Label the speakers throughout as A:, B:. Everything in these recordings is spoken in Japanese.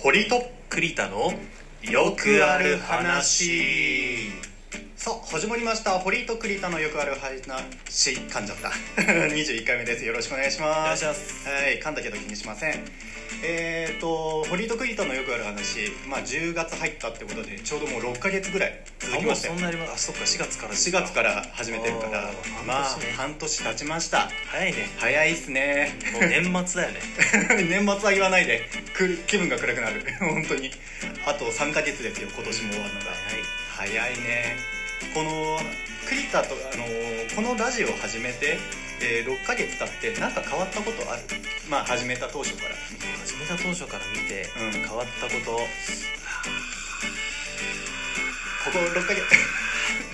A: ホリと
B: 栗田の
A: よくある話さあ始まりましたホリと栗田のよくある話噛んじゃった 21回目ですよろしくお願いし
B: いら
A: ま
B: っし
A: す
B: ゃいます
A: はい噛んだけど気にしませんえーとホリと栗田のよくある話まあ10月入ったってことでちょうどもう6ヶ月ぐらい続きましたよ
B: あもうそんなにまあそっか4月からです
A: 4月から始めてるから
B: あー
A: まあ
B: 半年ね
A: 半年経ちました
B: 早いね
A: 早いっすね
B: もう年末だよね
A: 年末は言わないでくる気分が暗くなる 本当にあと3ヶ月ですよ今年も終わるのが早いねこの栗田とあのこのラジオを始めて、えー6ヶ月経って何か変わったことあるまあ始めた当初から
B: 始めた当初から見て、
A: うん
B: 変わったこと
A: ここ6ヶ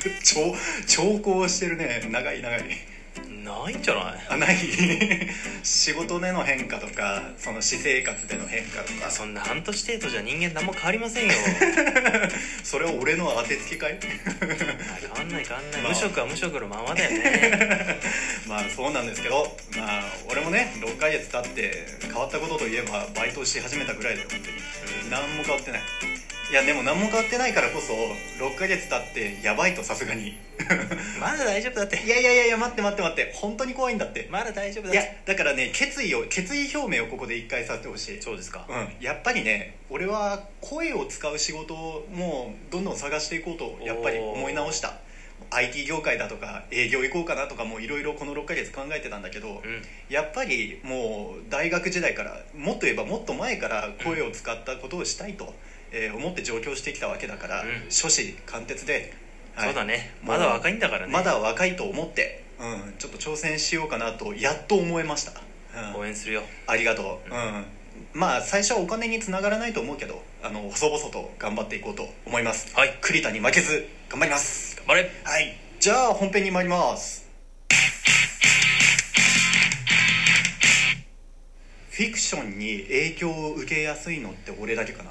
A: 月 超長考してるね長い長い
B: ないんじゃない
A: あない 仕事での変化とかその私生活での変化とか
B: そんな半年程度じゃ人間何も変わりま せんよ
A: それを俺の当てつけかい
B: 変わんない変わんない、
A: まあ
B: 無職は無職のままだよね
A: まあそうなんですけどまあ俺もね6ヶ月経って変わったことといえばバイトをし始めたぐらいだよ本当に何も変わってないいやでも何も変わってないからこそ6ヶ月経ってやばいとさすがに
B: まだ大丈夫だって
A: いやいやいやいや待って待って待って本当に怖いんだって
B: まだ大丈夫だっ
A: いや
B: て
A: だからね決意を決意表明をここで一回させてほしい
B: そうですか、
A: うん、やっぱりね俺は声を使う仕事をもうどんどん探していこうとやっぱり思い直した IT 業界だとか営業行こうかなとかもいろいろこの6ヶ月考えてたんだけど
B: うん
A: やっぱりもう大学時代からもっと言えばもっと前から声を使ったことをしたいと、えー思って上京してきたわけだから、
B: うん
A: 初志貫徹で、はい
B: そうだねまだ若いんだからね
A: まだ若いと思って、うん、ちょっと挑戦しようかなとやっと思えました、うん
B: 応援するよ
A: ありがとう、うん、まあ最初はお金につながらないと思うけどあの細々と頑張っていこうと思います
B: はい
A: 栗田に負けず頑張ります
B: 頑張れ
A: はいじゃあ本編に参りますフィクションに影響を受けやすいのって俺だけかな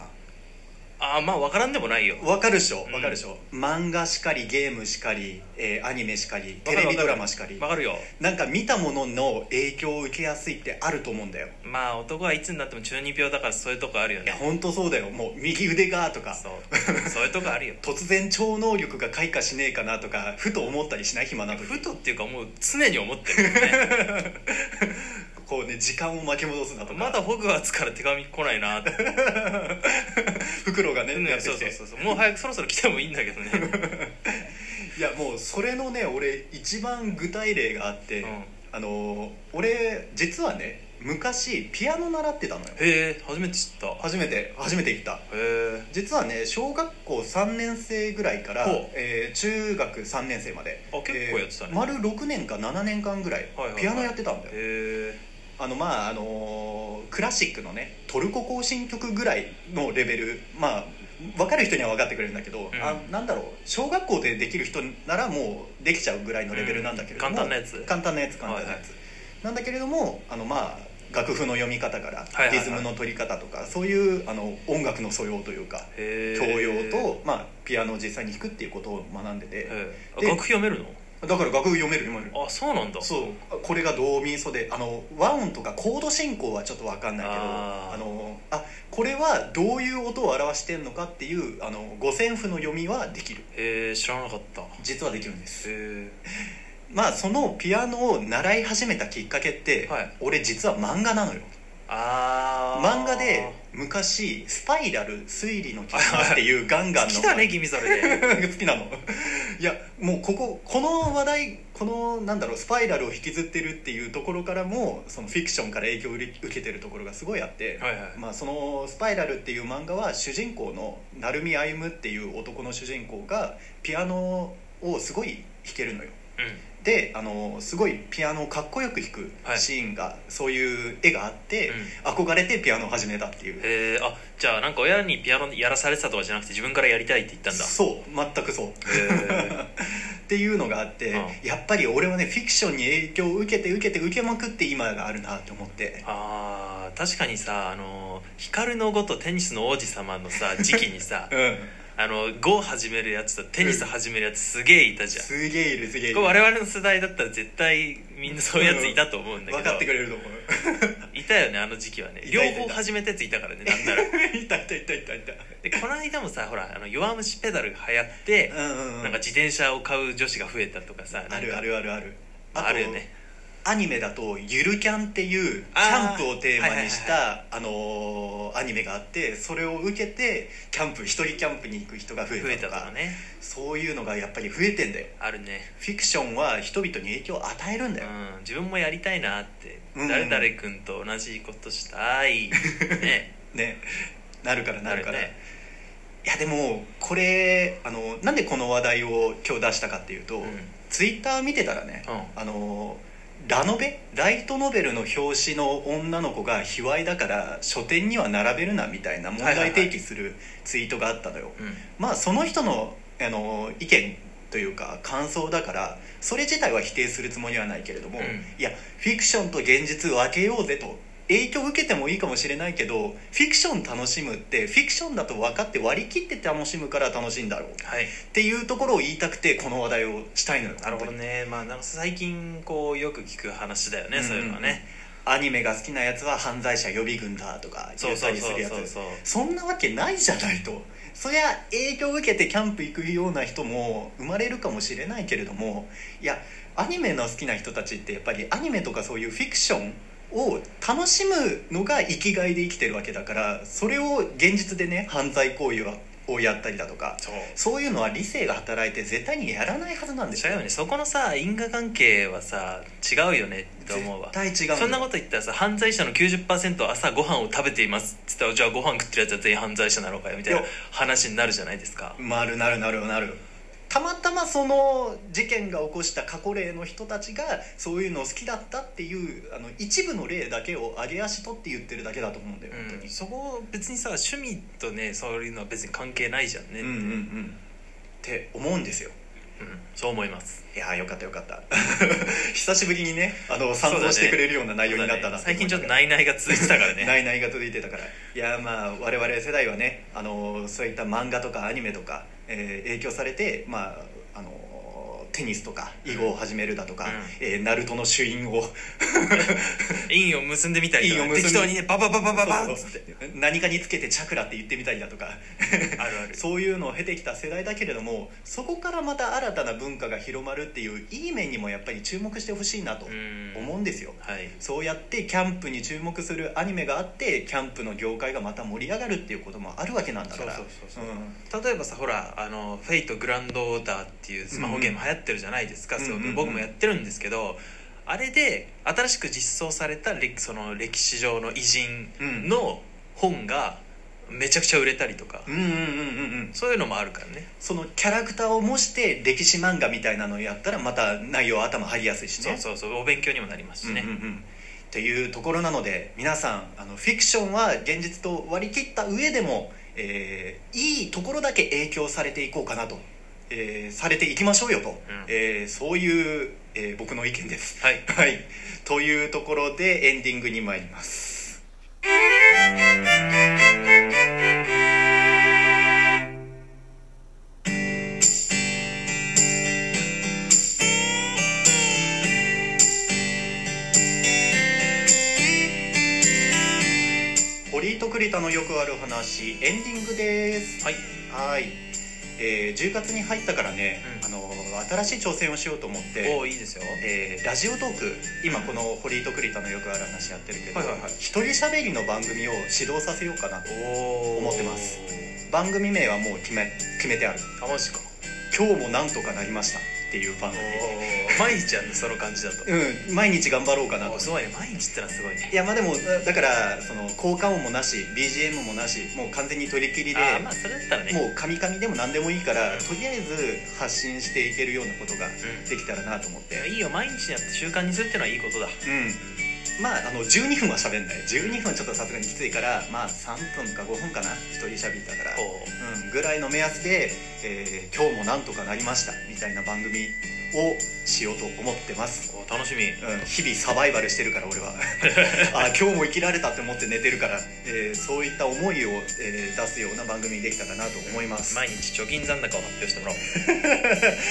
B: ああまあ分からんでもないよ
A: わかるでしょわかるでしょ、漫画しかりゲームしかり、えーアニメしかりテレビドラマしかり
B: 分かるよ
A: なんか見たものの影響を受けやすいってあると思うんだよ
B: まあ男はいつになっても中二病だからそういうとこあるよ
A: いや
B: ね
A: 本当そうだよもう右腕がとか
B: そうそういうとこあるよ
A: 突然超能力が開花しねえかなとかふと思ったりしない暇な時
B: ふとっていうかもう常に思ってるよね
A: こうね時間を巻き戻すなとか
B: まだホグワーツから手紙来ない なって
A: 袋がねやって
B: そう
A: き
B: そう
A: て
B: そうそうもう早くそろそろ来てもいいんだ けどね
A: いやもうそれのね俺一番具体例があって、
B: うん
A: あのー俺実はね昔ピアノ習ってたのよ
B: へえ初めて知ったへ
A: 初めて初めて行った
B: え
A: 実はね小学校3年生ぐらいから
B: ほう、
A: えー中学3年生まで
B: あ結構やってたね
A: えー丸6年か7年間ぐらい
B: はいはいはい
A: ピアノやってたんだよ、
B: へ
A: あのまああのークラシックのねトルコ行進曲ぐらいのレベルまあ分かる人には分かってくれるんだけど、
B: ん
A: あなんだろう小学校でできる人ならもうできちゃうぐらいのレベルなんだけれども、
B: うん簡単なやつ
A: 簡単なやつ簡単なやつ、
B: はいはい
A: なんだけれどもあのまあ楽譜の読み方から
B: はいはいはい
A: リズムの取り方とか、そういうあの音楽の素養というか
B: え
A: 教養と、まあ、ピアノを実際に弾くっていうことを学んでて、
B: へえあ
A: で
B: 楽譜読めるの
A: だから楽譜読める読める
B: あそうなんだ
A: そうこれがドミソであの和音とかコード進行はちょっと分かんないけど
B: あ
A: あ
B: ー
A: のあこれはどういう音を表してんのかっていうあの五線譜の読みはできる
B: へえ知らなかったへ
A: 実はできるんです
B: え
A: まあそのピアノを習い始めたきっかけって、
B: はい
A: 俺実は漫画なのよ
B: ああ
A: 漫画で昔「スパイラル推理の絆」っていうガンガン
B: 好
A: の
B: きだね君そ れで
A: 好きなのいやもうこここの話題このなんだろうスパイラルを引きずってるっていうところからもそのフィクションから影響を受けてるところがすごいあって、
B: はいはい
A: まあ、その「スパイラル」っていう漫画は主人公の成海歩夢っていう男の主人公がピアノをすごい弾けるのよ
B: うん
A: であのすごいピアノをかっこよく弾くシーンが、そういう絵があって、
B: うん
A: 憧れてピアノを始めたっていう
B: へえあじゃあなんか親にピアノやらされてたとかじゃなくて自分からやりたいって言ったんだ
A: そう全くそう
B: へ
A: っていうのがあって、
B: う
A: やっぱり俺はねフィクションに影響を受けて受けて受けまくって今があるなって思って
B: ーあー確かにさあのー光のごとテニスの王子様 のさ時期にさ
A: うん
B: あの碁始めるやつとテニス始めるやつすげえいたじゃん
A: すげえいるすげえい
B: こ
A: る
B: れ我々の世代だったら絶対みんなそういうやついたと思うんだけど、
A: 分かってくれると思う
B: いいたよねあの時期はね
A: い
B: 両
A: たいた
B: 方始めたやついたからねな んなら
A: いたいたいたいたいた
B: でこの間もさほらあの弱虫ペダルが流行って、
A: うんうんうん
B: なんか自転車を買う女子が増えたとかさなんか
A: あるあるあるある
B: あるよね
A: アニメだと「ゆるキャン」っていうキャ
B: あー
A: ンプをテーマにしたあのーアニメがあってそれを受けてキャンプ一人キャンプに行く人が増
B: 増
A: え
B: え
A: た
B: た
A: と
B: と
A: か
B: かね
A: そういうのがやっぱり増えてんだよ
B: あるね
A: フィクションは人々に影響を与えるんだよ、
B: うん自分もやりたいなって、
A: うん
B: 誰々君と同じことし たいね
A: ねなるからなるから、
B: ね
A: いやでもこれあのなんでこの話題を今日出したかっていうと、
B: うん
A: ツイッター見てたらね、
B: う
A: あのラノベライトノベルの表紙の女の子が卑猥だから書店には並べるなみたいな問題提起するツイートがあったのよ、
B: うん
A: まあその人のあの意見というか感想だからそれ自体は否定するつもりはないけれども、
B: うん
A: いやフィクションと現実分けようぜと影響受けてもいいかもしれないけどフィクション楽しむってフィクションだと分かって割り切って楽しむから楽しいんだろうっ
B: はい
A: ていうところを言いたくてこの話題をしたいのよ
B: なるほどねまあなんか最近こうよく聞く話だよね、
A: うんうん
B: そういうのはね
A: アニメが好きなやつは犯罪者予備軍だとか
B: そ
A: 言っ
B: う
A: た
B: そう
A: りす
B: そう
A: るや
B: そう
A: つ
B: そう
A: そんなわけないじゃないとそりゃ影響を受けてキャンプ行くような人も生まれるかもしれないけれどもいやアニメの好きな人たちってやっぱりアニメとかそういうフィクションを楽しむのが生きがいで生きてるわけだからそれを現実でね犯罪行為をやったりだとか
B: そう
A: そういうのは理性が働いて絶対にやらないはずなんです
B: 違うよねそこのさ因果関係はさ違うよねって思うわ
A: 絶対違うの
B: そんなこと言ったらさ犯罪者の90%朝ご飯を食べていますって言ったらじゃあご飯食ってるやつは全員犯罪者なのかよみたいない
A: や
B: 話になるじゃないですか
A: なるなるなるなるたまたまその事件が起こした過去例の人たちがそういうの好きだったっていうあの一部の例だけを上げ足取って言ってるだけだと思うんだよ、本当
B: うん、
A: に
B: そこ別にさ趣味とねそういうのは別に関係ないじゃんね、
A: うんうんうんって思うんですよ
B: うんそう思います
A: いやーよかったよかった 久しぶりにねあの賛同してくれるような内容になったな
B: そうだね最近ちょっと
A: い
B: 内々が続いてたから ね
A: ないないが続いてたからいやーまあ我々世代はねあのーそういった漫画とかアニメとか、えー影響されてまああのーテニスとか囲碁を始めるだとか、
B: うん
A: えーナルトの朱印を
B: 印を結んでみたりとか
A: 印を結んで
B: 適当にねババババババンっ
A: そ
B: つ
A: う
B: って
A: 何かにつけてチャクラって言ってみたりだとか
B: あるある
A: そういうのを経てきた世代だけれどもそこからまた新たな文化が広まるっていういい面にもやっぱり注目してほしいなと
B: うん
A: 思うんですよ、
B: はい
A: そうやってキャンプに注目するアニメがあってキャンプの業界がまた盛り上がるっていうこともあるわけなんだから
B: そうそうそうそうん例えばさほらあの「フェイトグランドオーダー」っていうスマホゲーム流行ってるじゃないですか、
A: うん
B: すご
A: うんうん
B: く僕もやってるんですけどあれで新しく実装された歴その歴史上の偉人の本がめちゃくちゃ売れたりとか、
A: うんうんうんうんうん
B: そういうのもあるからね
A: そのキャラクターを模して歴史漫画みたいなのをやったらまた内容頭入りやすいし
B: そ
A: ね
B: うそうそうお勉強にもなりますしね、
A: うんうんうんというところなので皆さんあのフィクションは現実と割り切った上でも、えーいいところだけ影響されていこうかなと、えーされていきましょうよと、えーそういう、えー僕の意見です。
B: はい
A: はい、というところでエンディングに参ります。堀井と栗田のよくある話エンディングです。
B: はい
A: はい、えー10月に入ったからね、あ
B: うん
A: の新しい挑戦をしようと思って。
B: おおいいですよ
A: えーラジオトーク今この堀井と栗田のよくある話やってるけど、
B: はいはいはい
A: 一人喋りの番組を指導させようかなと
B: おお
A: 思ってます番組名はもう決め決めてある
B: あマジか
A: 「今日もなんとかなりました」っていう番
B: お
A: 組
B: お毎日やんのその感じだと
A: うん毎日頑張ろうかな
B: お
A: と
B: ーすごいね毎日ってのはすごいね
A: いやまあでもだからその効果音もなし BGM もなしもう完全に取り切りで
B: あーまあそれだったらね
A: もうカミカミでも何でもいいから
B: うん
A: とりあえず発信していけるようなことが
B: うん
A: できたらなと思っ
B: い
A: て
B: やいいよ毎日やって習慣にするってのはいいことだ
A: うんまあ、あの12分は喋んない12分はちょっとさすがにきついからまあ3分か5分かな一人喋りだから、
B: こう
A: うん、ぐらいの目安で、えー今日もなんとかなりました」みたいな番組をしようと思ってます、
B: お楽しみ
A: うん、日々サバイバルしてるから俺 はあ今日も生きられたって思って寝てるから、えーそういった思いを、えー出すような番組にできたかなと思います、
B: 毎日貯金残高を発表してもらおう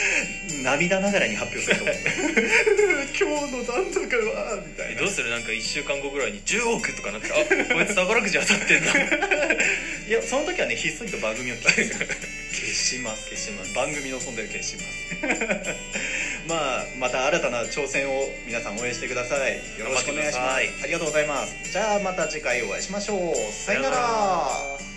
A: 涙ながらに発表すると思う 今日のなんとかはみたい
B: え
A: な
B: どうするなんなんか1週間後ぐらいに10億とかなってあこいつ宝くじ当たってんだ
A: いやその時はねひっそりと番組を消す消します消します番組の存在を消しますまあまた新たな挑戦を皆さん応援してくださいよろしくお願いし
B: 頑張
A: ま
B: ってください
A: すありがとうございますじゃあまた次回お会いしましょうさよな
B: さよな
A: ら